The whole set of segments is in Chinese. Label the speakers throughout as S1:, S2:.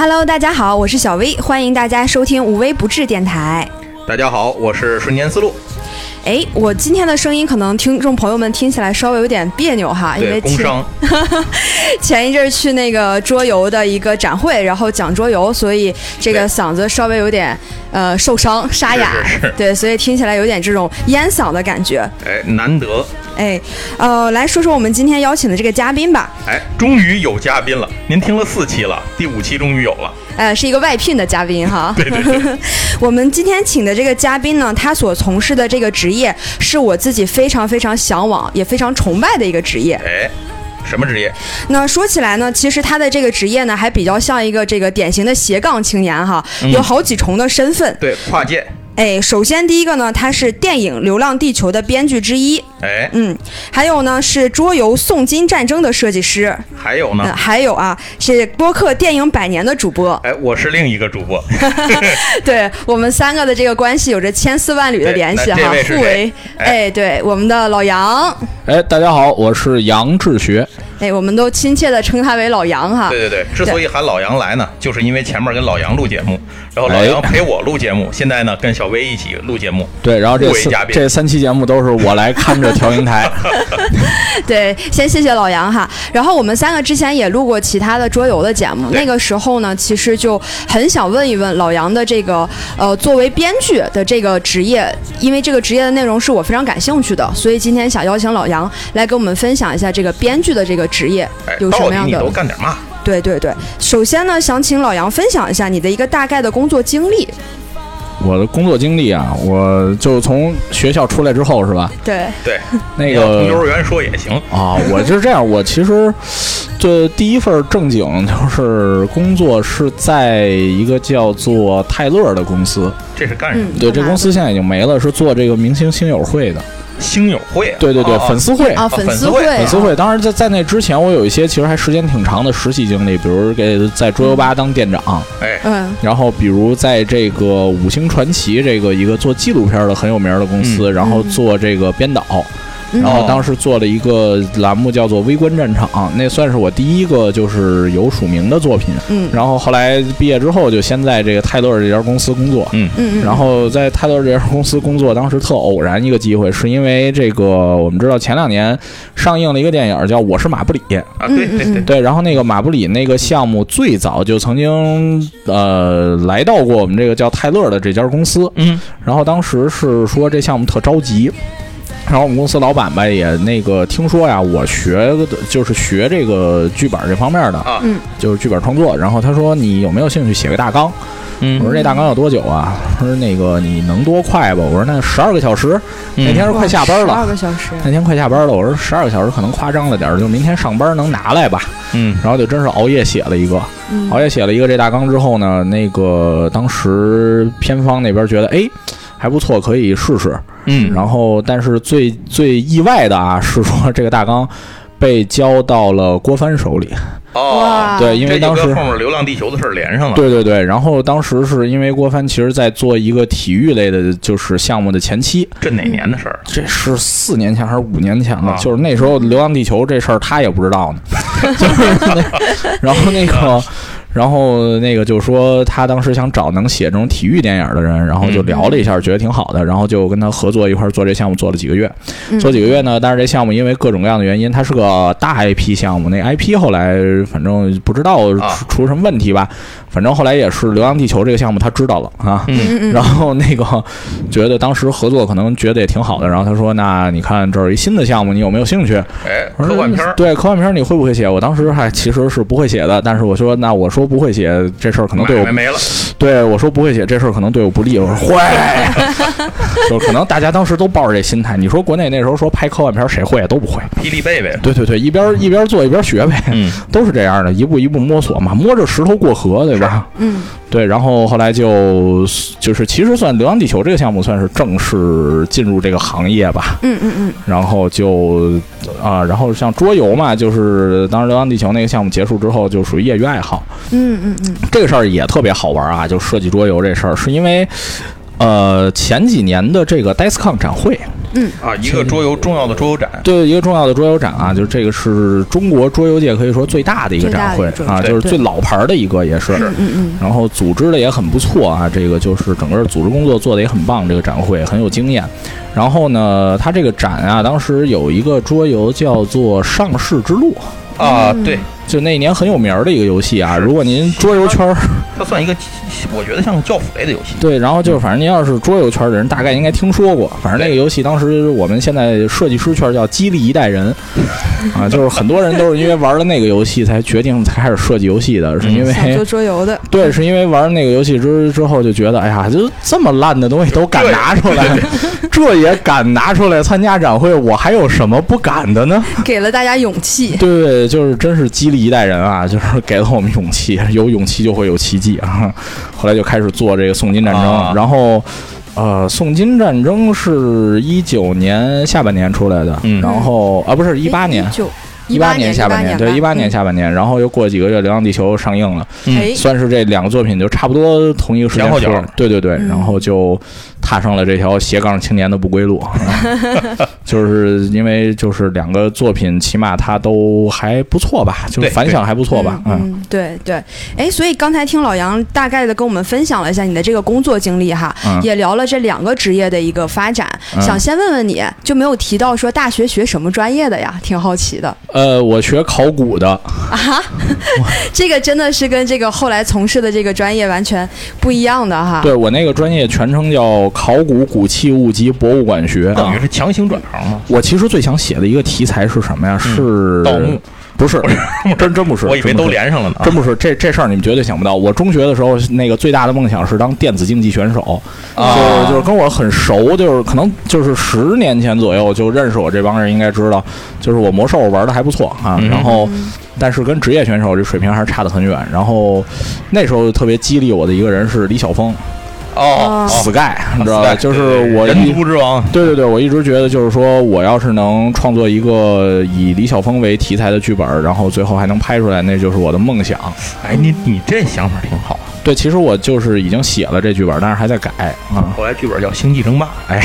S1: Hello，大家好，我是小 V，欢迎大家收听无微不至电台。
S2: 大家好，我是瞬间思路，
S1: 哎，我今天的声音可能听众朋友们听起来稍微有点别扭哈，因
S2: 对
S1: 为
S2: 工
S1: 前
S2: 商，
S1: 前一阵儿去那个桌游的一个展会，然后讲桌游，所以这个
S2: 对
S1: 嗓子稍微有点呃受伤沙哑，
S2: 是是是
S1: 对，所以听起来有点这种烟嗓的感觉。
S2: 哎，难得，
S1: 哎，呃，来说说我们今天邀请的这个嘉宾吧，
S2: 哎，终于有嘉宾了，您听了四期了，第五期终于有了，
S1: 呃，是一个外聘的嘉宾哈。
S2: 对对对，
S1: 我们今天请的这个嘉宾呢，他所从事的这个职业是我自己非常非常向往，也非常崇拜的一个职业。
S2: 哎，什么职业？
S1: 那说起来呢，其实他的这个职业呢，还比较像一个这个典型的斜杠青年哈，有好几重的身份。
S2: 对，跨界，
S1: 哎，首先第一个呢，他是电影《流浪地球》的编剧之一，
S2: 哎，
S1: 嗯，还有呢是桌游《宋金战争》的设计师，
S2: 还有
S1: 嗯、
S2: 呢，
S1: 还有啊是播客《电影百年》的主播。
S2: 哎，我是另一个主播，
S1: 啊 对我们三个的这个关系有着千丝万缕的
S2: 对
S1: 联系
S2: 那这
S1: 哈
S2: 位，是
S1: 互为
S2: 谁
S1: 哎，对我们的老杨，
S3: 哎，大家好，我是杨志学。
S1: 哎，我们都亲切的称他为老杨哈。
S2: 对对对，之所以喊老杨来呢，就是因为前面跟老杨录节目，然后老杨陪我录节
S1: 嗯
S2: 目，现在呢跟小薇一起录节目，
S3: 对，然后这
S2: 各位
S3: 四
S2: 嘉宾
S3: 这三期节目都是我来看着调音 台。
S1: 对，先谢谢老杨哈。然后我们三个之前也录过其他的桌游的节目，
S2: 对
S1: 那个时候呢，其实就很想问一问老杨的这个呃，作为编剧的这个职业，因为这个职业的内容是我非常感兴趣的，所以今天想邀请老杨来给我们分享一下这个编剧的这个职业
S2: 哎，
S1: 有什
S2: 到
S1: 么
S2: 底
S1: 样
S2: 你
S1: 的
S2: 都。干点嘛？
S1: 对对对，首先呢，想请老杨分享一下你的一个大概的工作经历。
S3: 我的工作经历啊，我就从学校出来之后是吧？
S1: 对，
S2: 对，
S3: 那
S2: 要从幼
S3: 个
S2: 儿园说也行，
S3: 啊，我就是这样。我其实这第一份正经就是工作是在一个叫做泰勒的公司，
S2: 这是干什么？
S1: 嗯，
S3: 对，
S1: 干
S3: 哎这
S1: 嘛
S3: 公司现在已经没了，是做这个明星星友会的。
S2: 星友会啊，
S3: 对对对，
S2: 哦哦哦
S3: 粉丝会
S1: 啊，
S2: 粉
S1: 丝
S2: 丝会
S3: 粉丝会，当然在在那之前，我有一些其实还时间挺长的实习经历，比如给在桌游吧当店长，
S2: 哎，
S1: 嗯
S3: 然后比如在这个五星传奇这个一个做纪录片的很有名的公司，然后做这个编导，
S1: 嗯
S3: 然后当时做了一个栏目叫做《微观战场》，那算是我第一个就是有署名的作品。
S1: 嗯
S3: 然后后来毕业之后，就先在这个泰勒这家公司工作。
S2: 嗯，
S1: 嗯，嗯
S3: 然后在泰勒这家公司工作，当时特偶然一个机会，是因为这个我们知道前两年上映了一个电影叫《我是马布里》，
S2: 啊，对对
S1: 嗯嗯
S2: 对
S1: 嗯
S3: 对，然后那个马布里那个项目最早就曾经呃来到过我们这个叫泰勒的这家公司，
S2: 嗯，
S3: 然后当时是说这项目特着急。然后我们公司老板吧也那个听说呀，我学的就是学这个剧本这方面的，
S2: 啊
S1: 嗯
S3: 就是剧本创作。然后他说你有没有兴趣写个大纲？
S2: 嗯
S3: 我说这大纲要多久啊？他说那个你能多快吧？我说那十二个小时。那
S2: 嗯
S3: 天是快下班
S1: 二
S3: 了，
S1: 个小时，
S3: 那天快下班了。我说十二个小时可能夸张了点儿，就明天上班能拿来吧。
S2: 嗯
S3: 然后就真是熬夜写了一个，
S1: 嗯
S3: 熬夜写了一个这大纲之后呢，那个当时片方那边觉得哎还不错，可以试试。
S2: 嗯
S3: 然后但是最最意外的啊，是说这个大纲被交到了郭帆手里。
S2: 哦，
S1: 哇，
S3: 对，因
S2: 这
S3: 为
S2: 就
S3: 当
S2: 跟
S3: 时
S2: 后面《流浪地球》的事儿连上了。
S3: 对对对，然后当时是因为郭帆其实在做一个体育类的就是项目的前期，
S2: 这哪年的事儿？
S3: 这是四年前还是五年前了？
S2: 啊
S3: 就是那时候《流浪地球》这事儿他也不知道 呢，就是
S2: 啊
S3: 那，然后那个，然后那个就说他当时想找能写这种体育电影的人，然后就聊了一下，觉得挺好的，然后就跟他合作一块儿做这项目，做了几个月，
S1: 嗯
S3: 做几个月呢？但是这项目因为各种各样的原因，它是个大 IP 项目，那 IP 后来反正不知道
S2: 啊
S3: 出出什么问题吧，反正后来也是《流浪地球》这个项目他知道了啊，
S1: 嗯嗯
S3: 然后那个觉得当时合作可能觉得也挺好的，然后他说：“那你看这儿有一新的项目，你有没有兴趣？”
S2: 哎，
S3: 我说
S2: 科幻片儿，
S3: 对科幻片儿你会不会写？我当时还其实是不会写的，但是我说那我说不会写这事儿可能对
S2: 买
S3: 我
S2: 卖没了。
S3: 对我说不会写这事儿可能对我不利。我 说会，就是可能大家当时都抱着这心态。你说国内那时候说拍科幻片儿谁会啊都不会。
S2: 霹雳贝贝，
S3: 对对对，一边一边做一边学呗，
S2: 嗯，
S3: 都是这样的，一步一步摸索嘛，摸着石头过河，对吧？
S1: 嗯
S3: 对，然后后来就就是其实算《流浪地球》这个项目算是正式进入这个行业吧，
S1: 嗯嗯嗯
S3: 然后就啊、然后像桌游嘛，就是当时《流浪地球》那个项目结束之后，就属于业余爱好，
S1: 嗯嗯嗯
S3: 这个事儿也特别好玩啊，就设计桌游这事儿，是因为。呃，前几年的这个 DICECON 展会，
S1: 嗯
S2: 啊，一个桌游重要的桌游展，
S3: 对一个重要的桌游展啊，就是这个是中国桌游界可以说最大的一个展会
S1: 最大
S3: 啊，
S2: 的一个桌游展
S3: 就是最
S1: 对
S3: 老牌儿的一个也是。
S1: 嗯嗯嗯，
S3: 然后组织的也很不错啊，这个就是整个组织工作做的也很棒，这个展会很有经验。然后呢，它这个展啊，当时有一个桌游叫做《上市之路》，
S2: 啊，
S1: 嗯
S2: 对，
S3: 就那年很有名儿的一个游戏啊。如果您桌游圈儿
S2: 它算一个，我觉得像教辅类的游戏。
S3: 对，然后就是反正您要是桌游圈儿的人，大概应该听说过。反正那个游戏啊当时我们现在设计师圈儿叫激励一代人，啊，就是很多人都是因为玩了那个游戏才决定才开始设计游戏的，是因为。
S1: 想做桌游的，
S3: 对，是因为玩那个游戏之之后就觉得，哎呀，就这么烂的东西都敢拿出来， 这也敢拿出来参加展会，我还有什么不敢的呢？
S1: 给了大家勇气。
S3: 对对，就是真是激励一代人啊， 就是给了我们勇气，有勇气就会有奇迹啊。 后来就开始做这个宋金战争，
S2: 啊
S3: 然后。呃，宋金战争是一九年下半年出来的，
S2: 嗯
S3: 然后啊不是一八年，
S1: 九
S3: 一
S1: 哎八
S3: 年下半
S1: 年吧，
S3: 对一八年
S1: 嗯
S3: 下半年，然后又过几个月《流浪地球》上映了，
S2: 嗯
S1: 哎
S3: 算是这两个作品就差不多同一个时间
S2: 前后
S3: 出来
S2: 脚
S3: 对对对，
S1: 嗯
S3: 然后就踏上了这条斜杠青年的不归 路，啊就是因为就是两个作品，起码它都还不错吧，就是
S2: 对
S3: 反响还不错吧，
S1: 嗯，嗯对对，哎，所以刚才听老杨大概的跟我们分享了一下你的这个工作经历哈，
S3: 嗯
S1: 也聊了这两个职业的一个发展，
S3: 嗯
S1: 想先问问你，就没有提到说大学学什么专业的呀？挺好奇的。
S3: 呃，我学考古的，
S1: 啊这个真的是跟这个后来从事的这个专业完全不一样的哈。
S3: 对哦我那个专业全称叫考古古器物及博物馆学
S2: 等
S3: 啊
S2: 于。是强行转行嘛？
S3: 我其实最想写的一个题材是什么呀？是
S2: 嗯盗墓？
S3: 不是，真真不是，
S2: 我以为
S3: 真不
S2: 都
S3: 是
S2: 连上了呢。
S3: 真不是，这这事儿你们绝对想不到。我中学的时候，那个最大的梦想是当电子竞技选手，
S2: 啊
S3: 就是就是跟我很熟，就是可能就是十年前左右就认识我这帮人，应该知道，就是我魔兽玩的还不错啊，
S2: 嗯
S3: 然后但是跟职业选手这水平还是差得很远。然后那时候特别激励我的一个人是李晓峰、
S1: 哦
S2: 哦，
S3: s k y 你知道吧？
S2: 吧？
S3: 就是我
S2: 人
S3: 一。
S2: 族之王，
S3: 对对对，我一直觉得就是说，我要是能创作一个以李晓峰为题材的剧本，然后最后还能拍出来，那就是我的梦想。
S2: 哎，你你这想法挺好。啊
S3: 对，其实我就是已经写了这剧本，但是还在改啊。
S2: 后来剧本叫《星际争霸》，
S3: 哎，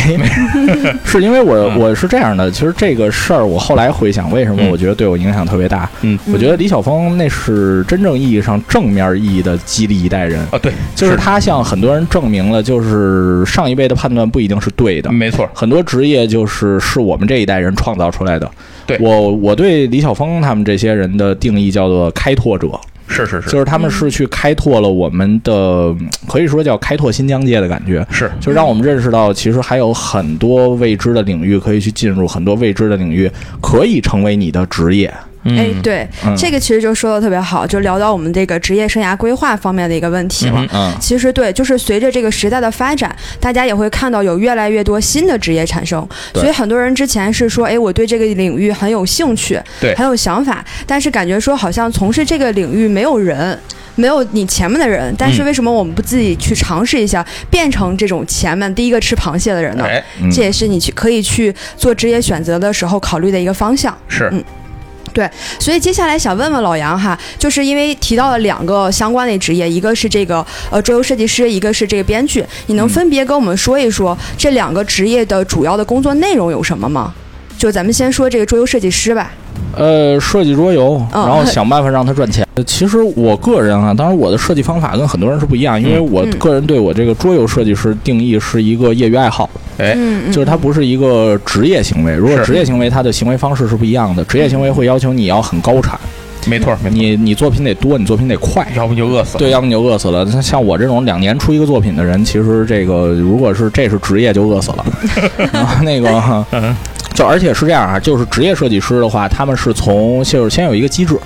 S3: 是因为我
S2: 嗯
S3: 我是这样的，其实这个事儿我后来回想，为什么
S2: 嗯
S3: 我觉得对我影响特别大？
S2: 嗯
S3: 我觉得李晓峰那是真正意义上正面意义的激励一代人，
S2: 啊，对，
S3: 就是他向很多人证明了，就是上一辈的判断不一定是对的
S2: 的，。没错，
S3: 很多职业就是是我们这一代人创造出来的。
S2: 对
S3: 我，我对李晓峰他们这些人的定义叫做开拓者，
S2: 是是是
S3: 就是他们是去开拓了我们的，嗯可以说叫开拓新疆界的感觉，
S2: 是，
S3: 就让我们认识到，其实还有很多未知的领域可以去进入，很多未知的领域可以成为你的职业。
S1: 哎，
S2: 嗯，
S1: 对，
S3: 嗯
S1: 这个其实就说的特别好，就聊到我们这个职业生涯规划方面的一个问题了。
S2: 嗯
S3: 嗯，
S1: 其实对，就是随着这个时代的发展，大家也会看到有越来越多新的职业产生。
S3: 对
S1: 所以很多人之前是说，哎，我对这个领域很有兴趣，
S2: 对
S1: 很有想法，但是感觉说好像从事这个领域没有人。没有你前面的人，但是
S2: 嗯
S1: 为什么我们不自己去尝试一下，变成这种前面第一个吃螃蟹的人呢？
S2: 哎，
S3: 嗯
S1: 这也是你去可以去做职业选择的时候考虑的一个方向。
S2: 是
S1: 嗯所以接下来想问问老杨哈，就是因为提到了两个相关的职业，一个是这个呃桌游设计师，一个是这个编剧，你能分别跟我们说一说这两个职业的主要的工作内容有什么吗？就咱们先说这个桌游设计师吧。
S3: 呃，设计桌游，
S1: 嗯
S3: 然后想办法让它赚钱。呃其实我个人啊，当然我的设计方法跟很多人是不一样，因为我
S1: 嗯
S3: 个人对我这个桌游设计师定义是一个业余爱好。
S2: 哎，
S1: 嗯
S3: 就是它不是一个职业行为。如果
S2: 是
S3: 职业行为，它的行为方式是不一样的。职业行为会要求你要很高产，
S2: 没错没错，
S3: 你你作品得多，你作品得快。
S2: 要不就饿死了。
S3: 对，要么你就饿死了。像像我这种两年出一个作品的人，其实这个如果是这是职业，就饿死了。然后那个
S2: 嗯，
S3: 就而且是这样啊，就是职业设计师的话，他们是从就是先有一个机制，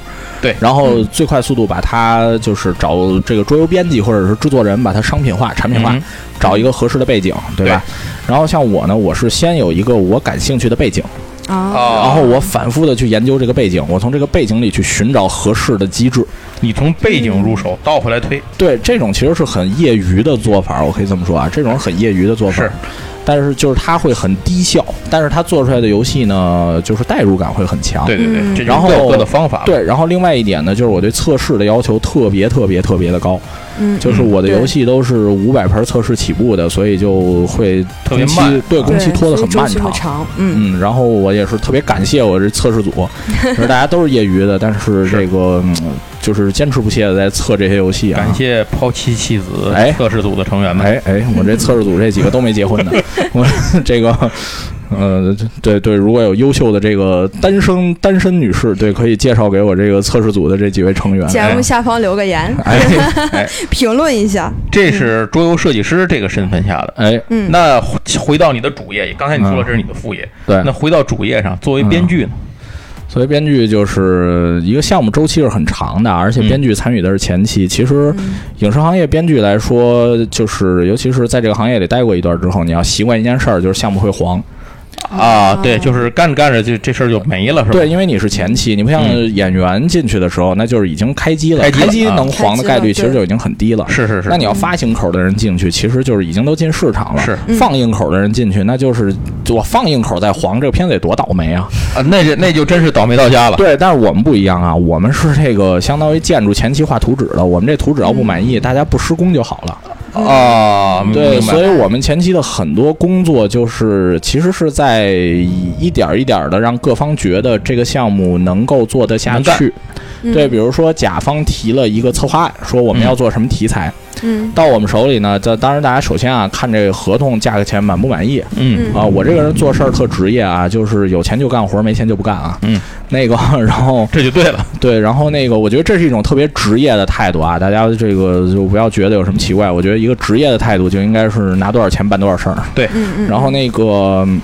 S2: 对
S3: 然后最快速度把它就是找这个桌游编辑或者是制作人把它商品化、产品化，
S2: 嗯
S3: 找一个合适的背景，对吧？然后像我呢，我是先有一个我感兴趣的背景，
S1: 啊，
S2: 哦，
S3: 然后我反复的去研究这个背景，我从这个背景里去寻找合适的机制。
S2: 你从背景入
S3: 嗯
S2: 手，倒回来推，
S3: 对，这种其实是很业余的做法，我可以这么说啊，这种很业余的做法。
S2: 是
S3: 但是就是它会很低效，但是它做出来的游戏呢，就是代入感会很强。
S2: 对对
S1: 嗯
S2: 对，这就
S3: 啊然后
S2: 各有各的方法。，
S3: 对，然后另外一点呢，就是我对测试的要求特别特别特别的高，
S1: 嗯，
S3: 就是我的
S1: 对
S3: 游戏都是五百盘测试起步的，所以就会
S2: 特别
S3: 工期
S2: 慢
S3: 对
S2: 啊
S3: 工期
S1: 对
S3: 拖得
S1: 所
S3: 很
S1: 以周
S3: 漫
S1: 期会
S3: 长。
S1: 长，嗯
S3: 嗯，然后我也是特别感谢我这测试组， 就是大家都是业余的，但是这个嗯就是坚持不懈的在测这些游戏啊。
S2: 感谢抛妻弃子
S3: 哎
S2: 测试组的成员们，
S3: 哎哎，我这测试组这几个都没结 婚呢，我这个。呃，对对，如果有优秀的这个单身单身女士，对，可以介绍给我这个测试组的这几位成员。
S1: 节目下方留个言，
S3: 哎
S1: 评论一下。
S2: 这是桌游设计师这个身份下的。
S3: 哎，
S1: 嗯，
S2: 那回回到你的主业，刚才你说了这是你的副业，
S3: 嗯对
S2: 那，回到主业上，作为编剧呢？
S3: 所以编剧就是一个项目周期是很长的，啊而且
S2: 嗯
S3: 编剧参与的是前期。其实
S1: 嗯
S3: 影视行业编剧来说，就是尤其是在这个行业里待过一段之后，你要习惯一件事儿，就是项目会黄。
S2: 啊，对，就是干着干着就这事儿就没了，是吧？
S3: 嗯哦
S2: 嗯
S3: 对，因为你是前期，你不像演员进去的时候，那就是已经开机了，
S2: 开机了啊
S3: 能黄的概率其实就已经很低了。
S2: 是是是
S3: 那，你要发行口的人进去，其实就是已经都进市场了。
S2: 是
S3: 放映口的人进去，那就是我放映口在黄，这个片子得多倒霉啊！
S2: 啊，那就那就真是倒霉到家了。
S3: 对，但是我们不一样啊，我们是这个相当于建筑前期画图纸的，我们这图纸要不满意，大家不施工就好了。
S2: 啊，嗯明
S3: 对，
S2: 白
S3: 所以我们前期的很多工作就是其实是在一点儿一点的让各方觉得这个项目能够做得下
S2: 能干嗯
S3: 去。对，比如说甲方提了一个策划案，说我们要做什么题材，
S1: 嗯
S3: 到我们手里呢，这当然大家首先啊看这个合同价格钱满不满意，
S2: 嗯
S3: 啊，我这个人做事儿特职业啊，就是有钱就干活，没钱就不干啊。
S2: 嗯，
S3: 那个， 然后
S2: 这就对了。
S3: 对，然后那个，我觉得这是一种特别职业的态度啊，大家这个就不要觉得有什么奇怪。我觉得一个职业的态度就应该是拿多少钱办多少事儿。
S1: 嗯嗯，
S3: 然后那个嗯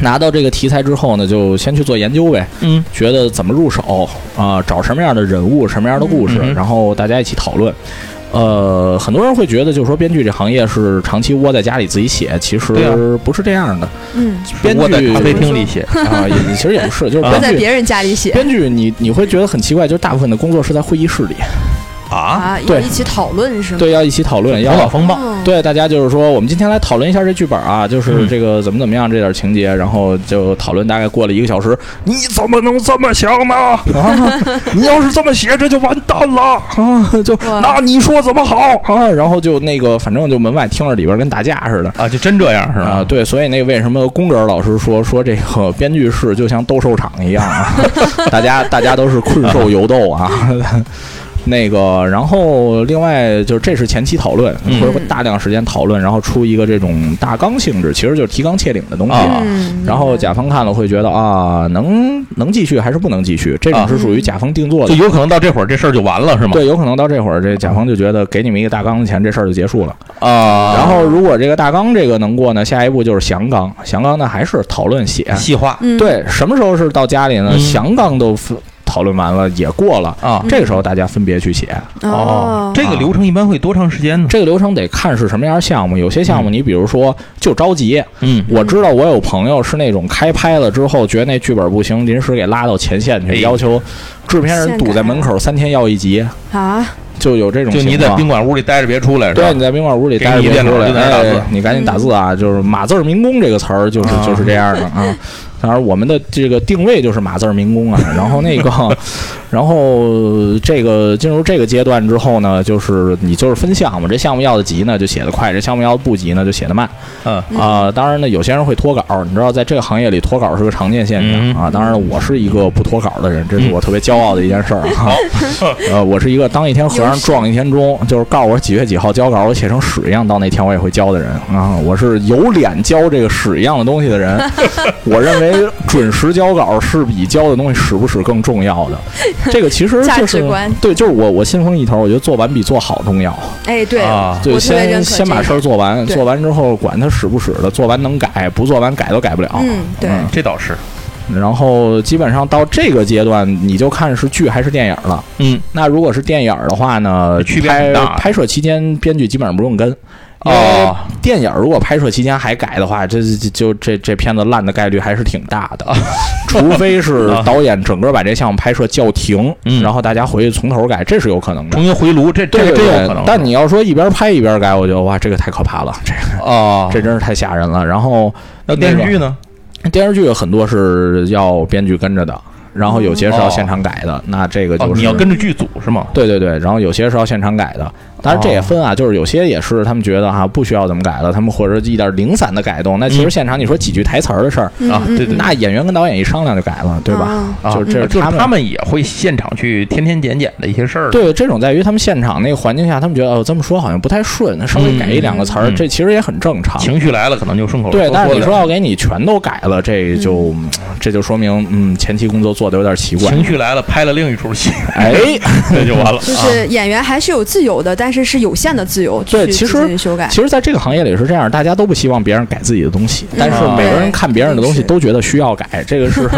S3: 拿到这个题材之后呢，就先去做研究呗，
S2: 嗯
S3: 觉得怎么入手啊、找什么样的人物，什么样的故事，
S2: 嗯嗯哼
S3: 然后大家一起讨论。呃，很多人会觉得，就是说编剧这行业是长期窝在家里自己写，其
S2: 对啊
S3: 实不是这样的。
S1: 嗯，
S3: 编剧
S2: 我在咖啡厅里写，
S3: 啊，也其实也不是，就是
S2: 啊
S1: 不
S3: 编
S1: 在
S3: 剧。
S1: 别人家里写
S3: 编剧你你会觉得很奇怪，就是大部分的工作是在会议室里，
S2: 啊，
S1: 啊，要
S3: 对
S1: 一起讨论是吗？
S3: 对，要一起讨论，
S2: 头脑
S3: 要
S2: 风暴。
S1: 哦，
S3: 对大家就是说，我们今天来讨论一下这剧本啊，就是
S2: 嗯
S3: 这个怎么怎么样这点情节，然后就讨论大概过了一个小时，你怎么能这么想呢？啊，你要是这么写，这就完蛋了 啊！就
S1: 哇
S3: 那你说怎么好啊？然后就那个，反正就门外听着里边跟打架似的。
S2: 啊，就真这样是
S3: 啊，
S2: 吧？
S3: 对，所以那个为什么宫格尔老师说 说这个编剧室就像斗兽场一样啊， 大家大家都是困兽犹斗啊。 那个，然后另外就是这是前期讨论，
S2: 嗯
S3: 会大量时间讨论，然后出一个这种大纲性质，其实就是提纲挈领的东西。
S2: 啊
S1: 嗯，
S3: 然后甲方看了会觉得啊，能能继续还是不能继续？这种
S2: 啊
S3: 是属于甲方定做的
S2: 就，有可能到这会儿这事儿就完了是吗？
S3: 对，有可能到这会儿这甲方就觉得给你们一个大纲的钱，这事儿就结束了。
S2: 啊，
S3: 然后如果这个大纲这个能过呢，下一步就是详纲，详纲呢还是讨论写。
S2: 细化
S1: 嗯，
S3: 对，什么时候是到家里呢？
S2: 嗯
S3: 详纲都分讨论完了，也过了。
S2: 啊。
S3: 这个时候大家分别去写，
S1: 哦，
S2: 这个流程一般会多长时间呢？
S3: 这个流程得看是什么样的项目。有些项目你比如说就着急，
S2: 嗯，
S3: 我知道我有朋友是那种开拍了之后觉得那剧本不行，临时给拉到前线
S2: 哎
S3: 去，要求制片人堵在门口三天要一集，
S1: 啊，
S3: 就有这种
S2: 就
S3: 情
S2: 你
S3: 况。
S2: 在宾馆屋里待着别出来是
S3: 啊对，
S2: 吧
S3: 你？在宾馆屋里待着
S2: 给你一
S3: 别
S2: 电脑
S3: 出来，
S2: 就在那打字
S3: 哎，你赶紧打字啊！就是“码字儿民工”这个词儿，就是
S2: 啊
S3: 就是这样的啊。当然，我们的这个定位就是“码字儿民工”啊。然 后那个，然后这个进入这个阶段之后呢，就是你就是分项目，这项目要的急呢就写得快，这项目要的不急呢就写得慢
S2: 嗯
S3: 啊、当然呢，有些人会脱稿，你知道，在这个行业里脱稿是个常见现象
S2: 嗯
S3: 啊。当然，我是一个不脱稿的人，这是我特别骄傲的一件事儿啊。 呃，我是一个当一天和尚撞一天钟，就是告诉我几月几号交稿，我写成屎一样，到那天我也会交的人啊。我是有脸交这个屎一样的东西的人。我认为准时交稿是比交的东西屎不屎更重要的。这个其实
S1: 价
S3: 就
S1: 值
S3: 是
S1: 观
S3: 对，就是我我信奉一头，我觉得做完比做好重要。
S1: 哎，对，
S2: 啊
S3: 对，
S1: 我特别认可
S3: 先先把
S1: 这一
S3: 事儿做完，
S1: 对
S3: 做完之后管它使不使的，做完能改，不做完改都改不了。
S1: 嗯，对，
S2: 这倒是，
S3: 然后基本上到这个阶段，你就看是剧还是电影了。
S2: 嗯，
S3: 那如果是电影的话呢，
S2: 区别
S3: 拍
S2: 很大啊
S3: 拍摄期间编剧基本上不用跟。因为
S2: 哦
S3: 电影如果拍摄期间还改的话，这这就这这片子烂的概率还是挺大
S2: 哦
S3: 的，除 非是导演整个把这项目拍摄叫停，
S2: 嗯
S3: 然后大家回去从头改，这是有可能的
S2: 重。新回炉，这这
S3: 对
S2: 个
S3: 对
S2: 真
S3: 对
S2: 有可能。
S3: 但你要说一边拍一边改，我觉得哇，这个太可怕了，这
S2: 啊，
S3: 这真是太吓人了。然后
S2: 那电视剧呢？
S3: 电视剧很多是要编剧跟着的，然后有些是要
S2: 哦
S3: 现场改的，那这个就
S2: 哦
S3: 是、
S2: 你要跟着剧组是吗？
S3: 对对对，然后有些是要现场改的，当然这也分啊，就是有些也是他们觉得哈、不需要怎么改了，他们或者一点零散的改动，那其实
S2: 嗯
S3: 现场你说几句台词儿的事儿，
S2: 啊
S1: 嗯
S2: 对对
S3: 那演员跟导演一商量就改了，对吧？
S1: 啊
S2: 啊，
S3: 就这是
S2: 就是
S3: 他们
S2: 他们也会现场去添添减减的一些事儿。
S3: 对，这种在于他们现场那个环境下，他们觉得哦这么说好像不太顺，那稍微改一两个词儿，
S2: 嗯嗯
S3: 这其实也很正常。
S2: 啊情绪来了，可能就顺口
S3: 对，但是你
S2: 了
S3: 说要给你全都改了，这
S2: 嗯
S3: 就、这就说明嗯前期工作做的有点奇怪。
S2: 情绪来了，拍了另一出戏，
S3: 哎，
S2: 这就完了。啊
S1: 就是演员还是有自由的，但是是有限的自由去
S3: 啊对其
S1: 去
S3: 实
S1: 进行修改。
S3: 其实，在这个行业里是这样，大家都不希望别人改自己的东西，但是
S2: 嗯
S3: 每个
S1: 对
S3: 人看别人的东西
S1: 是
S3: 都觉得需要改，这个 是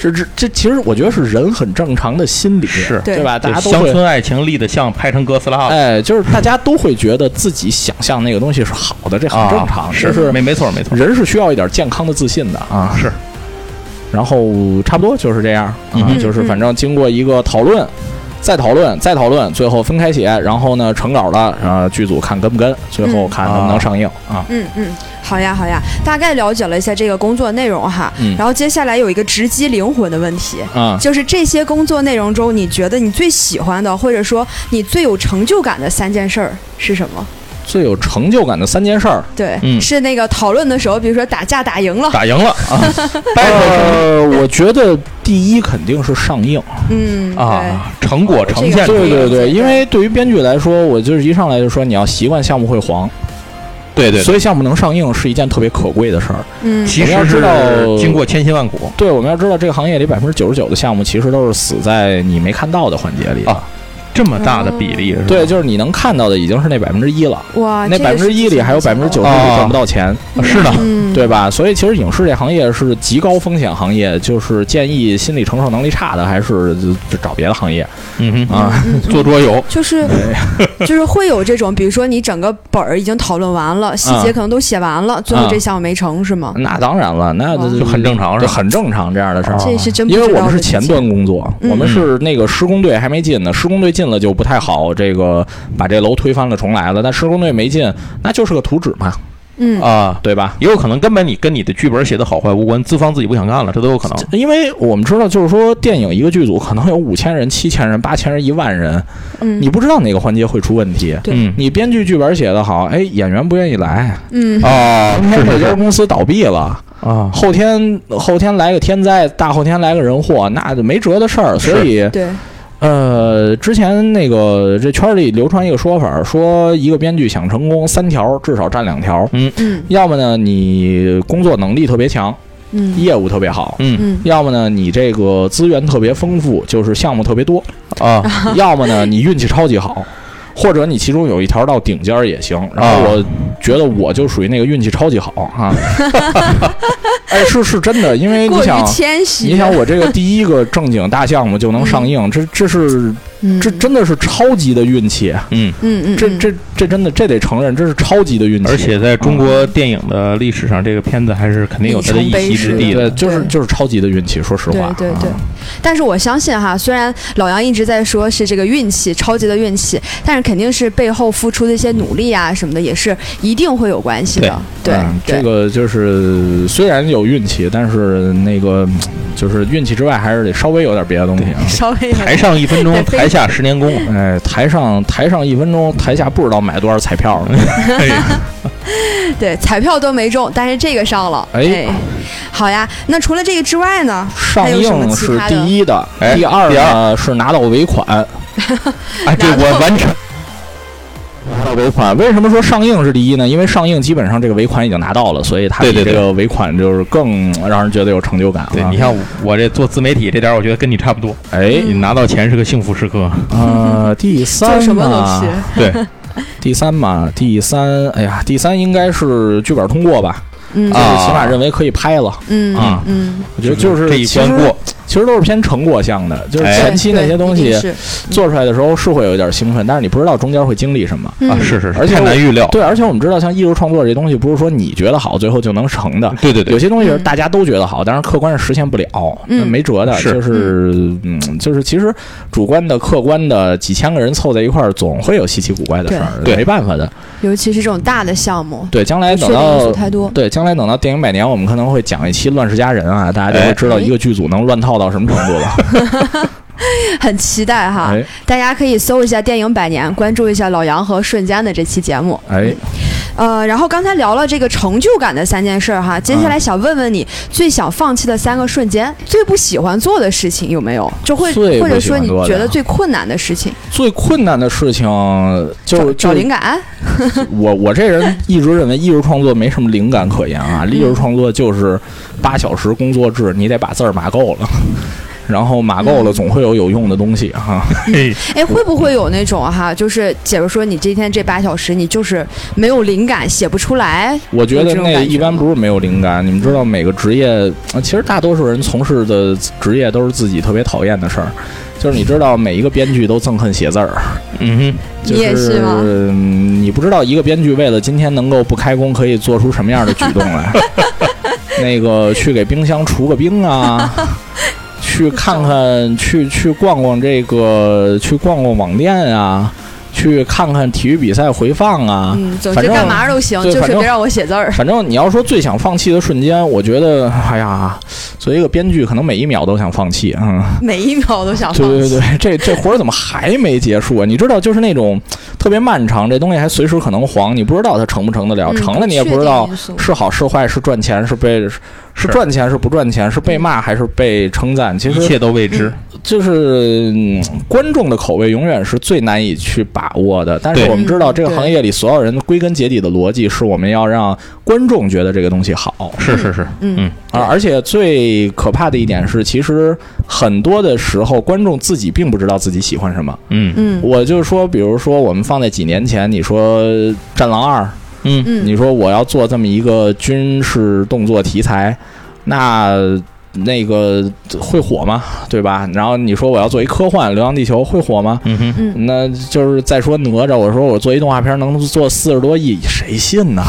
S3: 这这这其实我觉得是人很正常的心理，
S2: 是
S3: 对
S1: 对
S3: 吧？大家都
S2: 乡
S3: 会。
S2: 村爱啊情立得像拍成哥斯拉了，
S3: 哎，就是大家都会觉得自己想象那个东西是好的，这很
S2: 啊
S3: 正常。就是
S2: 没没错没错，
S3: 人是需要一点健康的自信的啊。
S2: 是，
S3: 然后差不多就是这样
S2: 嗯
S3: 啊，就是反正经过一个讨论。再讨论，再讨论，最后分开写，然后呢，成稿了，呃，剧组看跟不跟，最后看能不能上映啊。
S1: 嗯嗯，好呀好呀，大概了解了一下这个工作内容哈。
S3: 嗯
S1: 然后接下来有一个直击灵魂的问题，
S3: 啊，
S1: 就是这些工作内容中，你觉得你最喜欢的，或者说你最有成就感的三件事儿是什么？
S3: 最有成就感的三件事 儿，
S1: 对，
S2: 嗯
S1: 是那个讨论的时候，比如说打架打赢了，
S2: 打赢了啊，掰回去
S3: 呃，我觉得第一肯定是上映，
S1: 嗯，
S2: 啊，成果呈
S1: 这个
S2: 现出来。
S3: 对对
S1: 对
S3: 对，因为对于编剧来说，我就是一上来就说你要习惯项目会黄，
S2: 对对，
S3: 所以项目能上映是一件特别可贵的事儿。
S1: 对，嗯，
S2: 其
S3: 我们要
S2: 实
S3: 知
S2: 是
S3: 道
S2: 经过千辛万苦
S3: 对，我们要知道这个行业里百分之九十九的项目其实都是死在你没看到的环节里。
S2: 啊，这么大的比例，是吧
S3: 对，就是你能看到的已经是那百分之一了，
S1: 哇，
S3: 那
S1: 啊这
S3: 百
S1: 个
S3: 分之一
S1: 是
S3: 里还有百分之九十
S2: 啊
S3: 赚不到钱，
S2: 是的，
S1: 嗯，
S3: 对吧？所以其实影视这行业是极高风险行业，就是建议心理承受能力差的还是就就找别的行业
S2: 嗯哼，
S3: 啊。
S1: 嗯，嗯
S2: 做桌游，
S1: 就是
S3: 哎
S1: 就是会有这种，比如说你整个本儿已经讨论完了，细
S3: 啊
S1: 节可能都写完了，最后这项目没成是吗？
S3: 那当然了，那
S1: 哦
S2: 就很正常是
S3: 就
S2: 吧
S3: 很正常这样的事儿。
S2: 哦
S1: 这是真不
S3: 啊因为
S1: 知
S3: 我
S1: 道
S3: 们是
S1: 的事
S3: 前
S1: 情
S3: 端工作，
S1: 嗯
S3: 我们是那个施工队还没进呢，施工队进了就不太好，这个把这楼推翻了重来了。但施工队没进，那就是个图纸嘛，
S1: 嗯
S2: 啊，
S3: 对吧？
S2: 也有可能根本你跟你的剧本写的好坏无关，资方自己不想干了，这都有可能。
S3: 因为我们知道，就是说电影一个剧组可能有五千人、七千人、八千人、一万人，
S1: 嗯
S3: 你不知道哪个环节会出问题。
S1: 对
S2: 嗯，
S3: 你编剧剧本写得好，哎，演员不愿意来，
S1: 嗯
S2: 啊，
S3: 那
S2: 是
S3: 这
S2: 是
S3: 家
S2: 是
S3: 公司倒闭了，
S2: 啊，
S3: 后天后天来个天灾，大后天来个人祸，那就没辙的事儿。所以，
S1: 对，
S3: 呃，之前那个这圈里流传一个说法，说一个编剧想成功，三条至少占两条，
S1: 嗯
S3: 要么呢你工作能力特别强，
S1: 嗯
S3: 业务特别好。
S2: 嗯
S1: 嗯
S3: 要么呢，你这个资源特别丰富，就是项目特别多；
S2: 啊，
S3: 要么呢，你运气超级好，或者你其中有一条到顶尖儿也行。然
S1: 啊
S3: 后我觉得我就属于那个运气超级好啊， 哎，是是真的，因为你
S1: 过于
S3: 想，
S1: 谦虚，
S3: 你想我这个第一个正经大项目就能上映，这这是
S1: 嗯
S3: 这真的是超级的运气，
S2: 嗯，
S1: 嗯嗯
S3: 这
S1: 嗯
S3: 这这真的这得承认，这是超级的运气，
S2: 而且在中国电影的历史上，这个片子还是肯定有它的一席之地
S3: 对，
S2: 的。
S3: 就是
S1: 对
S3: 就是超级的运气，说实话，
S1: 对对
S3: 啊
S1: 对，但是我相信哈，虽然老杨一直在说是这个运气，超级的运气，但是肯定是背后付出的一些努力啊什么的，也是一定会有关系的。对
S3: 嗯
S1: 对
S3: 这个就是虽然有运气，但是那个嗯就是运气之外，还是得稍微有点别的东西啊。
S1: 稍微
S2: 台上一分钟，
S1: 对
S2: 台下十年功。
S3: 哎，台上台上一分钟，台下不知道买多少彩票 呢。
S2: 哎
S1: 对彩票都没中，但是这个上了。
S3: 哎
S1: 好呀，那除了这个之外呢？
S3: 上
S1: 还有什么
S3: 映
S1: 其
S3: 是
S1: 他的
S3: 第一的，
S2: 哎
S3: 第二
S2: 第
S3: 呢是拿到尾 款，
S2: 哎，这我完全
S3: 拿到尾款。为什么说上映是第一呢？因为上映基本上这个尾款已经拿到了，所以它比
S2: 对对
S3: 这
S2: 对
S3: 个尾款就是更让人觉得有成就感了。
S2: 对你像我这做自媒体这点，我觉得跟你差不多。
S3: 哎，
S2: 你拿到钱是个幸福时 刻。
S3: 呃，第
S1: 嗯做
S3: 三
S1: 什么都
S3: 嘛
S1: 是，
S2: 对，
S3: 第三嘛，第三，哎呀，第三应该是剧本通过吧，
S1: 嗯
S3: 就是
S2: 啊
S3: 起码认为可以拍了。
S1: 嗯
S2: 啊
S1: 嗯，
S3: 我觉得就是
S2: 这一关
S3: 其实
S2: 过，
S3: 其实都是偏成果项的，就是
S2: 哎
S3: 前期那
S1: 对
S3: 些
S1: 一
S3: 东西啊
S1: 定是
S3: 做出来的时候是会有一点兴奋，但是你不知道中间会经历什么。
S1: 嗯
S2: 啊，是是
S3: 而
S2: 是，
S3: 且
S2: 太
S3: 我
S2: 难预料。
S3: 对，而且我们知道，像艺术创作这东西，不是说你觉得好，最后就能成的。
S2: 对对对
S3: 有，些东西是
S1: 嗯
S3: 大家都觉得好，但是客观是实现不了，
S1: 嗯
S3: 那没辙的。
S2: 是
S3: 就是，嗯，就是其实主观的、客观的，几千个人凑在一块儿，总会有稀奇古怪的事儿，
S2: 对对
S3: 没办法的。
S1: 尤其是这种大的项目，
S3: 对，将来
S1: 不确
S3: 哎等
S1: 定因素
S3: 到
S1: 太多。
S3: 对，将来等到电影百年，我们可能会讲一期《乱世佳人》啊，大家就
S2: 哎
S3: 会知道一个剧组能乱套到到什么程度了。
S1: 很期待哈。
S3: 哎
S1: 大家可以搜一下电影《百年》，关注一下老杨和瞬间的这期节目。
S3: 哎，
S1: 呃，然后刚才聊了这个成就感的三件事儿
S3: 啊
S1: 哈，接下来想问问你最想放弃的三个瞬间，最不喜欢做的事情有没有？就会
S3: 最不
S1: 或者
S3: 喜
S1: 说
S3: 欢
S1: 你
S3: 做的
S1: 觉得最困难的事情，
S3: 最困难的事情就
S1: 找
S3: 就
S1: 找灵感，
S3: 我我这人一直认为艺术创作没什么灵感可言啊，艺术创作就是八小时工作制，你得把字儿码够了， 然后码够了总会有有用的东西啊哈、
S2: 嘿
S1: 哎，会不会有那种哈，就是姐夫说你今天这八小时你就是没有灵感，写不出来，
S3: 我觉
S1: 有
S3: 得
S1: 这种
S3: 那
S1: 感觉
S3: 一般
S1: 吗
S3: 不是没有灵感，你们知道每个职业，呃其实大多数人从事的职业都是自己特别讨厌的事儿，就是你知道每一个编剧都憎恨写字儿，
S2: 嗯
S3: 就
S1: 你也是吗
S3: 嗯你不知道一个编剧为了今天能够不开工，可以做出什么样的举动来。 那个去给冰箱除个冰啊，去看看，去去逛逛这个，去逛逛网店啊，去看看体育比赛回放啊。
S1: 嗯，总
S3: 反
S1: 之
S3: 正
S1: 干嘛都行，
S3: 对
S1: 就是
S3: 反正
S1: 别让我写字儿。
S3: 反正你要说最想放弃的瞬间，我觉得，哎呀，作为一个编剧，可能每一秒都想放弃啊。嗯
S1: 每一秒我都想啊放
S3: 对对
S1: 弃。
S3: 对，这这活儿怎么还没结束啊？你知道，就是那种特别漫长，这东西还随时可能黄，你不知道它成不成得了，
S1: 嗯
S3: 成了你也
S1: 确
S3: 不知
S1: 定
S3: 道
S1: 因素
S3: 是好是坏，是赚钱是被是赚钱是不赚钱，是被骂还是被称赞。其
S2: 哼，一
S3: 实
S2: 切都未知。
S3: 就是、嗯观众的口味永远是最难以去把握的，但是
S2: 对
S3: 我们知道
S1: 嗯
S3: 这个行业里所有人归根结底的逻辑是我们要让观众觉得这个东西好。
S2: 是是是，
S1: 嗯
S2: 嗯，
S3: 而啊而且最可怕的一点是，其实很多的时候，观众自己并不知道自己喜欢什么。
S2: 嗯
S1: 嗯
S3: 我就说，比如说我们放在几年前，你说《战狼二》，
S2: 嗯
S1: 嗯，
S3: 你说我要做这么一个军事动作题材，那那个会火吗？对吧？然后你说我要做一科幻《流浪地球》，会火吗？
S2: 嗯哼，
S1: 嗯
S3: 那就是再说哪吒，我说我做一动画片能做四十多亿，谁信呢？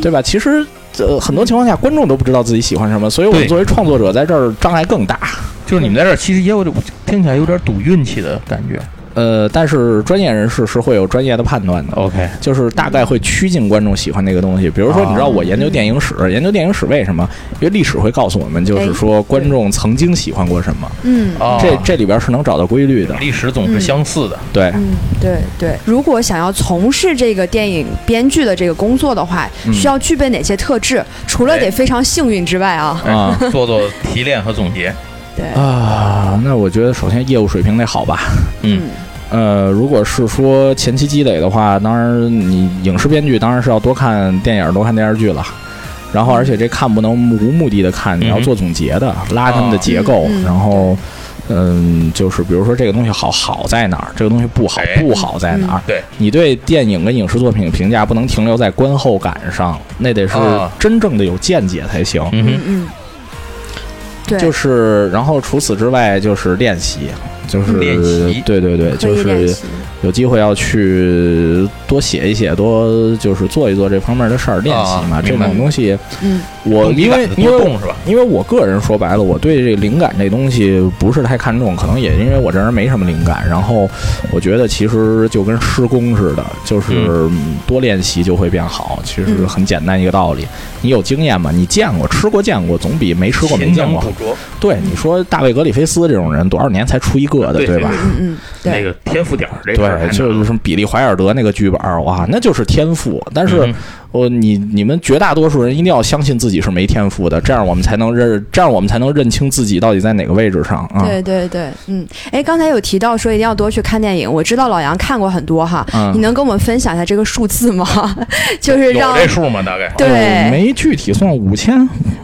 S3: 对吧？其实。呃，很多情况下，观众都不知道自己喜欢什么，所以我们
S2: 对
S3: 作为创作者在这儿障碍更大。
S2: 就是你们在这儿其实也有点听起来有点赌运气的感觉。
S3: 呃，但是专业人士是会有专业的判断的。
S2: OK，
S3: 就是大概会趋近观众喜欢那个东西。比如说，
S2: 哦
S3: 你知道我研究电影史，研究电影史为什么？因为历史会告诉我们，就是说观众曾经喜欢过什么，
S1: 嗯
S2: 哦，
S3: 这这里边是能找到规律的。
S2: 历史总是相似的。
S3: 对，
S1: 嗯，对对。如果想要从事这个电影编剧的这个工作的话，
S3: 嗯
S1: 需要具备哪些特质？除了得
S2: 哎
S1: 非常幸运之外啊，
S2: 哎
S3: 啊
S2: 做做提炼和总结。
S3: 哎
S1: 对，
S3: 啊，那我觉得首先业务水平得好吧。
S2: 嗯
S3: 呃，如果是说前期积累的话，当然你影视编剧当然是要多看电影、多看电视剧了。然后，而且这看不能无目的的看，你要
S2: 嗯
S3: 做总结的，拉他们的结构，
S1: 嗯嗯
S3: 然后，嗯，就是比如说这个东西好好在哪儿，这个东西不好
S2: 哎
S3: 不好在哪儿。
S2: 对，
S3: 你对电影跟影视作品的评价不能停留在观后感上，那得是
S2: 啊
S3: 真正的有见解才行。
S2: 嗯
S1: 嗯
S2: 哼，
S1: 嗯，对，
S3: 就是，然后除此之外就是练习，就是
S2: 练习
S3: 对对对，
S1: 可
S3: 就
S1: 以练
S3: 是
S1: 习。
S3: 有机会要去多写一写，多就是做一做这方面的事儿，练习嘛。
S2: 啊
S3: 这
S2: 明白
S3: 种东西，
S1: 嗯
S3: 我
S2: 动笔
S3: 因为
S2: 杆子
S3: 因
S2: 多
S3: 为
S2: 动是吧？
S3: 因为我个人说白了，我对这灵感这东西不是太看重，可能也因为我这人没什么灵感。然后我觉得其实就跟施工似的，就是嗯多练习就会变好，其实
S1: 嗯
S3: 很简单一个道理。你有经验嘛？你见过吃过见过，总比没吃过没
S2: 勤
S3: 见
S2: 能
S3: 过好
S2: 补。拙，
S3: 对，你说大卫格里菲斯这种人多少年才出一个的，
S2: 对
S3: 吧
S2: 对？
S1: 嗯嗯，
S2: 那
S1: 对，
S2: 个天赋点儿这事儿太
S3: 对，
S2: 难
S3: 就是
S2: 了
S3: 什么比利怀尔德那个剧本儿，哇，那就是天赋。但是
S2: 嗯
S3: 我、你你们绝大多数人一定要相信自己是没天赋的，这样我们才能认，这样我们才能认清自己到底在哪个位置上啊。
S1: 对对对，嗯，哎，刚才有提到说一定要多去看电影，我知道老杨看过很多哈，
S3: 嗯
S1: 你能跟我们分享一下这个数字吗？ 就是
S2: 有
S1: 让
S2: 这数嗯吗？大概
S3: 我
S1: 对
S3: 没具体算五千、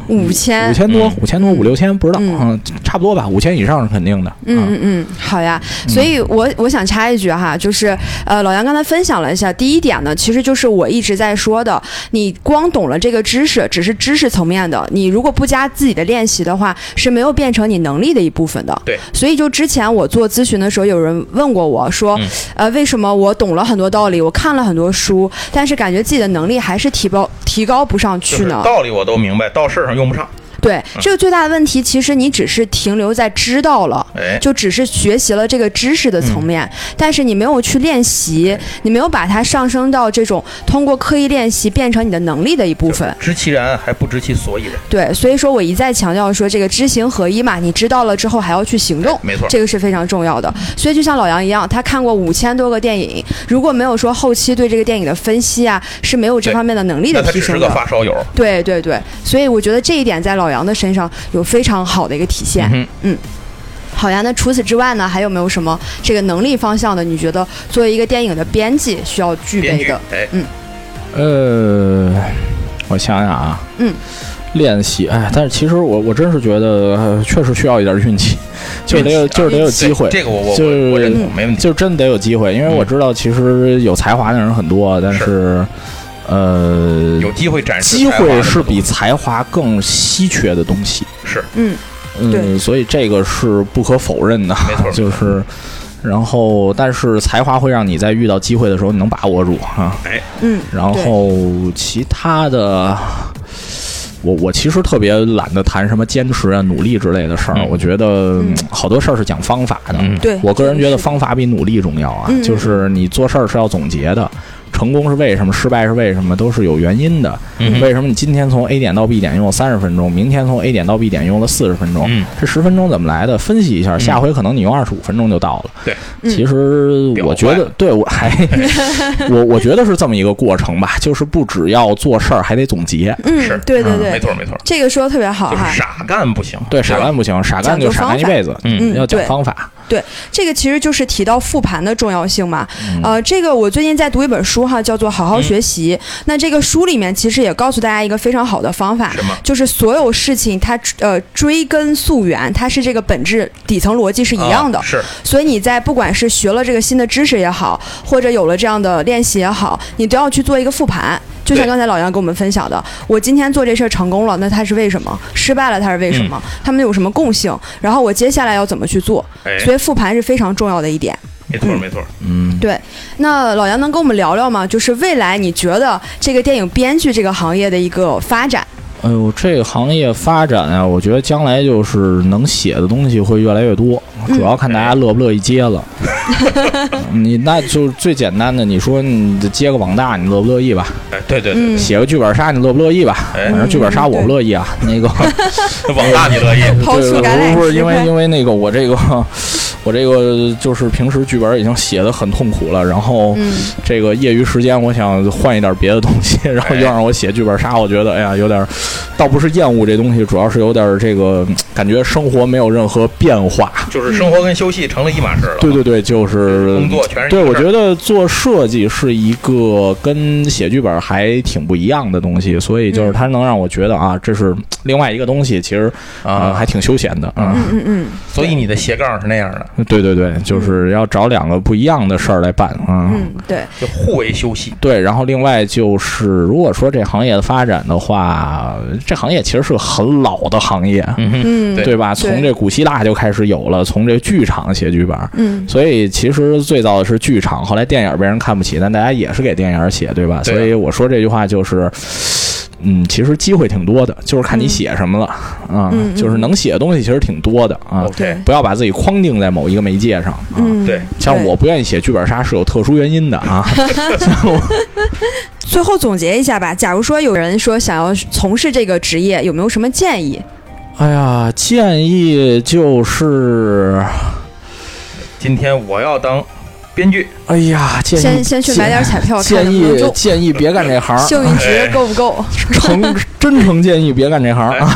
S1: 五千
S3: 五千多
S2: 嗯、
S3: 五千多、五六千，不知道，
S1: 嗯
S3: 嗯，差不多吧，五千以上是肯定的。啊
S1: 嗯
S2: 啊
S1: 嗯嗯，好呀。所以我我想插一句哈，就是呃，老杨刚才分享了一下，第一点呢，其实就是我一直在说的，你光懂了这个知识，只是知识层面的，你如果不加自己的练习的话，是没有变成你能力的一部分的。
S2: 对。
S1: 所以就之前我做咨询的时候，有人问过我说，
S2: 嗯
S1: 呃，为什么我懂了很多道理，我看了很多书，但是感觉自己的能力还是提高提高不上
S2: 就
S1: 去
S2: 是
S1: 呢？
S2: 道理我都明白，到事儿上用不上。
S1: 对，这个最大的问题，其实你只是停留在知道了，
S2: 哎，嗯
S1: 就只是学习了这个知识的层面，但是你没有去练习，你没有把它上升到这种通过刻意练习变成你的能力的一部分。
S2: 知其然还不知其所以然，
S1: 对，所以说我一再强调说，这个知行合一嘛，你知道了之后还要去行动，
S2: 哎没错嗯
S1: 这个是非常重要的。所以就像老杨一样，他看过五千多个电影，如果没有说后期对这个电影的分析啊，是没有这
S2: 对
S1: 方面的能力的
S2: 那他
S1: 提
S2: 只是
S1: 升
S2: 个
S1: 的。
S2: 发烧友。
S1: 对对对，所以我觉得这一点在老杨的身上有非常好的一个体现。
S2: 嗯哼
S1: 好呀，那除此之外呢，还有没有什么这个能力方向的？你觉得作为一个电影的编辑需要具
S2: 编
S1: 备
S2: 剧
S1: 的？，
S2: 哎，
S3: 呃，我想想啊，
S1: 嗯，
S3: 练习，哎，但是其实我我真是觉得、呃确实需要一点运气，就是得有
S2: 运气啊
S3: 就是得有机
S2: 对
S3: 会，
S2: 这个我我
S3: 就
S2: 我我
S1: 嗯
S2: 认同，嗯没问题。
S3: 就真得有机会，因为我知道其实有才华的人很多，但是呃，
S2: 有机会展示
S3: 机
S2: 才华
S3: 会
S2: 的
S3: 是
S2: 东西
S3: 比才华更稀缺的东西，
S2: 是
S1: 嗯，对
S3: 嗯，所以这个是不可否认的，
S2: 没错
S3: 就是。然后，但是才华会让你在遇到机会的时候你能把握住啊。
S1: 嗯，
S3: 然后其他的，我我其实特别懒得谈什么坚持啊、努力之类的事儿。
S2: 嗯
S3: 我觉得、
S1: 嗯
S3: 好多事儿是讲方法的。
S2: 嗯
S1: 对，
S3: 我个人觉
S1: 是
S3: 得
S1: 的
S3: 方法比努力重要啊，
S1: 嗯嗯
S3: 就是你做事儿是要总结的。成功是为什么？失败是为什么？都是有原因的。
S2: 嗯
S3: 为什么你今天从 A 点到 B 点用了三十分钟，明天从 A 点到 B 点用了四十分钟？
S2: 嗯
S3: 这十分钟怎么来的？分析一下，下回可能你用二十五分钟就到了。
S2: 对，
S1: 嗯
S3: 其实我觉
S2: 表
S3: 得，对 我还我我觉得是这么一个过程吧，就是不只要做事儿，还得总结。
S2: 是
S1: 嗯，对对
S3: 嗯
S1: 对，
S2: 没错没错，
S1: 这个说的特别好
S2: 就是
S1: 哈。
S2: 傻干不行，
S3: 对，傻
S2: 吧
S3: 干不行，傻干
S1: 讲究
S3: 就傻干
S1: 方
S3: 一
S1: 法
S3: 辈子。
S2: 嗯
S1: 嗯
S3: 要讲
S1: 对
S3: 方法。
S1: 这个其实就是提到复盘的重要性嘛。
S2: 嗯
S1: 呃，这个我最近在读一本书哈，叫做《好好学习》。那这个书里面其实也告诉大家一个非常好的方法
S2: 什么，
S1: 就是所有事情它呃追根溯源，它是这个本质底层逻辑是一样的。
S2: 啊是
S1: 所以你在不管是学了这个新的知识也好，或者有了这样的练习也好，你都要去做一个复盘。就像
S2: 对
S1: 刚才老杨给我们分享的，我今天做这事儿成功了，那它是为什么？失败了，它是为什么？他们有什么共性？然后我接下来要怎么去做？
S2: 哎，
S1: 所以复盘是非常重要的一点。
S2: 没错没错。
S3: 嗯，
S1: 对，那老杨能跟我们聊聊吗？就是未来你觉得这个电影编剧这个行业的一个发展？
S3: 哎呦，这个行业发展啊，我觉得将来就是能写的东西会越来越多，
S1: 嗯
S3: 主要看大
S2: 哎
S3: 家乐不乐意 接了。嗯你那就是最简单的，你说你接个网大，你乐不乐意吧？
S2: 哎，对对对，
S1: 嗯，
S3: 写个剧本杀，你乐不乐意吧？
S2: 哎
S3: 反正剧本杀我不乐意啊。那个，
S2: 网大你乐意，
S1: 抛出橄榄
S3: 嗯对，不是
S1: 枝
S3: 因为
S1: 快
S3: 因为那个我这个我这个就是平时剧本已经写的很痛苦了，然后
S1: 嗯，
S3: 这个业余时间我想换一点别的东西，然
S2: 哎
S3: 后又让我写剧本杀，我觉得哎呀有点，倒不是厌恶这东西，主要是有点这个感觉生活没有任何变化。
S2: 就是生活跟休息成了一码事了。
S3: 对对对，就是
S2: 工作全是一
S3: 对，我
S2: 事儿
S3: 觉得做设计是一个跟写剧本还挺不一样的东西，所以就是它能让我觉得啊，这是另外一个东西，其实呃还挺休闲的啊。
S1: 嗯嗯嗯，
S2: 啊所以你的斜杠是那样的，
S3: 对对对，就是要找两个不一样的事儿来办啊。
S1: 嗯，对，
S2: 就互为休息。
S3: 对，然后另外就是，如果说这行业的发展的话，这行业其实是个很老的行业，
S2: 嗯哼，
S1: 嗯，
S2: 对
S3: 对吧？从这古希腊就开始有了，从这剧场写剧本，
S1: 嗯，
S3: 所以其实最早的是剧场，后来电影被人看不起，但大家也是给电影写，对吧？
S2: 对啊
S3: 所以我说这句话就是，嗯，其实机会挺多的，就是看你写什么了啊、
S1: 嗯嗯
S3: 就是能写的东西其实挺多的啊、
S1: 对
S2: OK，
S3: 不要把自己框定在某一个媒介上啊。
S1: 嗯，
S2: 对
S3: 像我。不愿意写剧本杀是有特殊原因的啊，
S1: 最后总结一下吧，假如说有人说想要从事这个职业，有没有什么建议？
S3: 哎呀，建议就是，
S2: 今天我要当编剧，
S3: 哎呀，建议
S1: 先先去买点彩票，看
S3: 建
S1: 能不能
S3: 议
S1: 中。
S3: 建议别干这行，
S1: 幸运值够不够？
S3: 诚 真诚建议别干这行
S2: 哎
S3: 啊。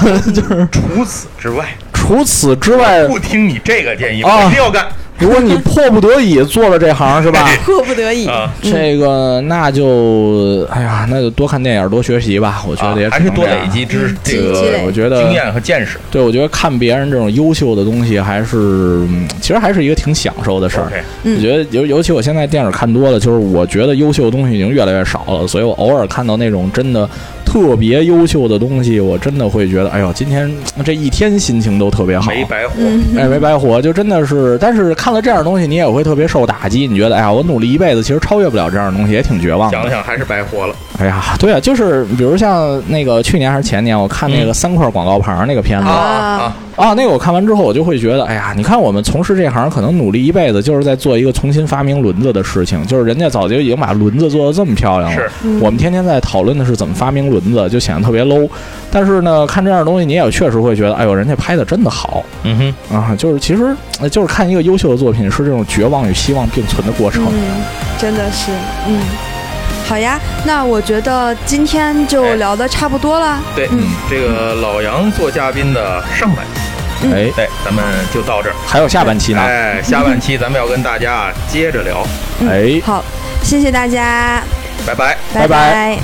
S2: 除此之外，
S3: 除此之外，
S2: 不听你这个建议，
S3: 哎啊
S2: 我一定要干
S3: 如果你迫不得已做了这行是吧？
S1: 迫不得已，
S2: 啊！
S1: 嗯
S3: 这个那就哎呀，那就多看电影，多学习吧。我觉得也
S2: 啊
S3: 只
S2: 还是
S3: 能
S2: 多
S3: 这样
S2: 累积知这
S1: 嗯积累
S2: 个
S3: 我觉得
S2: 经验和见识。
S3: 对，我觉得看别人这种优秀的东西，还是嗯其实还是一个挺享受的事儿。
S2: OK，
S1: 嗯
S3: 我觉得尤尤其我现在电影看多了，就是我觉得优秀的东西已经越来越少了，所以我偶尔看到那种真的特别优秀的东西，我真的会觉得，哎呦，今天这一天心情都特别好，
S2: 没白活。
S1: 嗯
S3: 哎，没白活，就真的是。但是看了这样的东西，你也会特别受打击。你觉得，哎呀，我努力一辈子，其实超越不了这样的东西，也挺绝望
S2: 想了
S3: 的。
S2: 想还是白活了。
S3: 哎呀，对啊，就是比如像那个去年还是前年，我看
S2: 嗯
S3: 那个三块广告牌那个片子
S1: 啊
S2: 啊
S3: 啊，那个我看完之后，我就会觉得，哎呀，你看我们从事这行，可能努力一辈子，就是在做一个重新发明轮子的事情。就是人家早就已经把轮子做得这么漂亮
S2: 啊！
S3: 了，
S2: 是，
S1: 嗯
S3: 我们天天在讨论的是怎么发明轮子，就显得特别 low。但是呢，看这样的东西，你也确实会觉得，哎呦，人家拍的真的好。
S2: 嗯哼，
S3: 啊，就是其实呃就是看一个优秀的作品是这种绝望与希望并存的过程。
S1: 嗯，真的是，嗯，好呀，那我觉得今天就
S2: 哎
S1: 聊的差不多了，
S2: 对
S1: 嗯，
S2: 这个老杨做嘉宾的上半期，
S1: 嗯
S3: 哎，
S2: 哎，咱们就到这儿。
S3: 还有下半期呢，
S2: 哎，下半期咱们要跟大家接着聊，
S1: 嗯
S3: 哎
S1: 好，谢谢大家，
S2: 拜拜。
S3: 拜拜
S1: 拜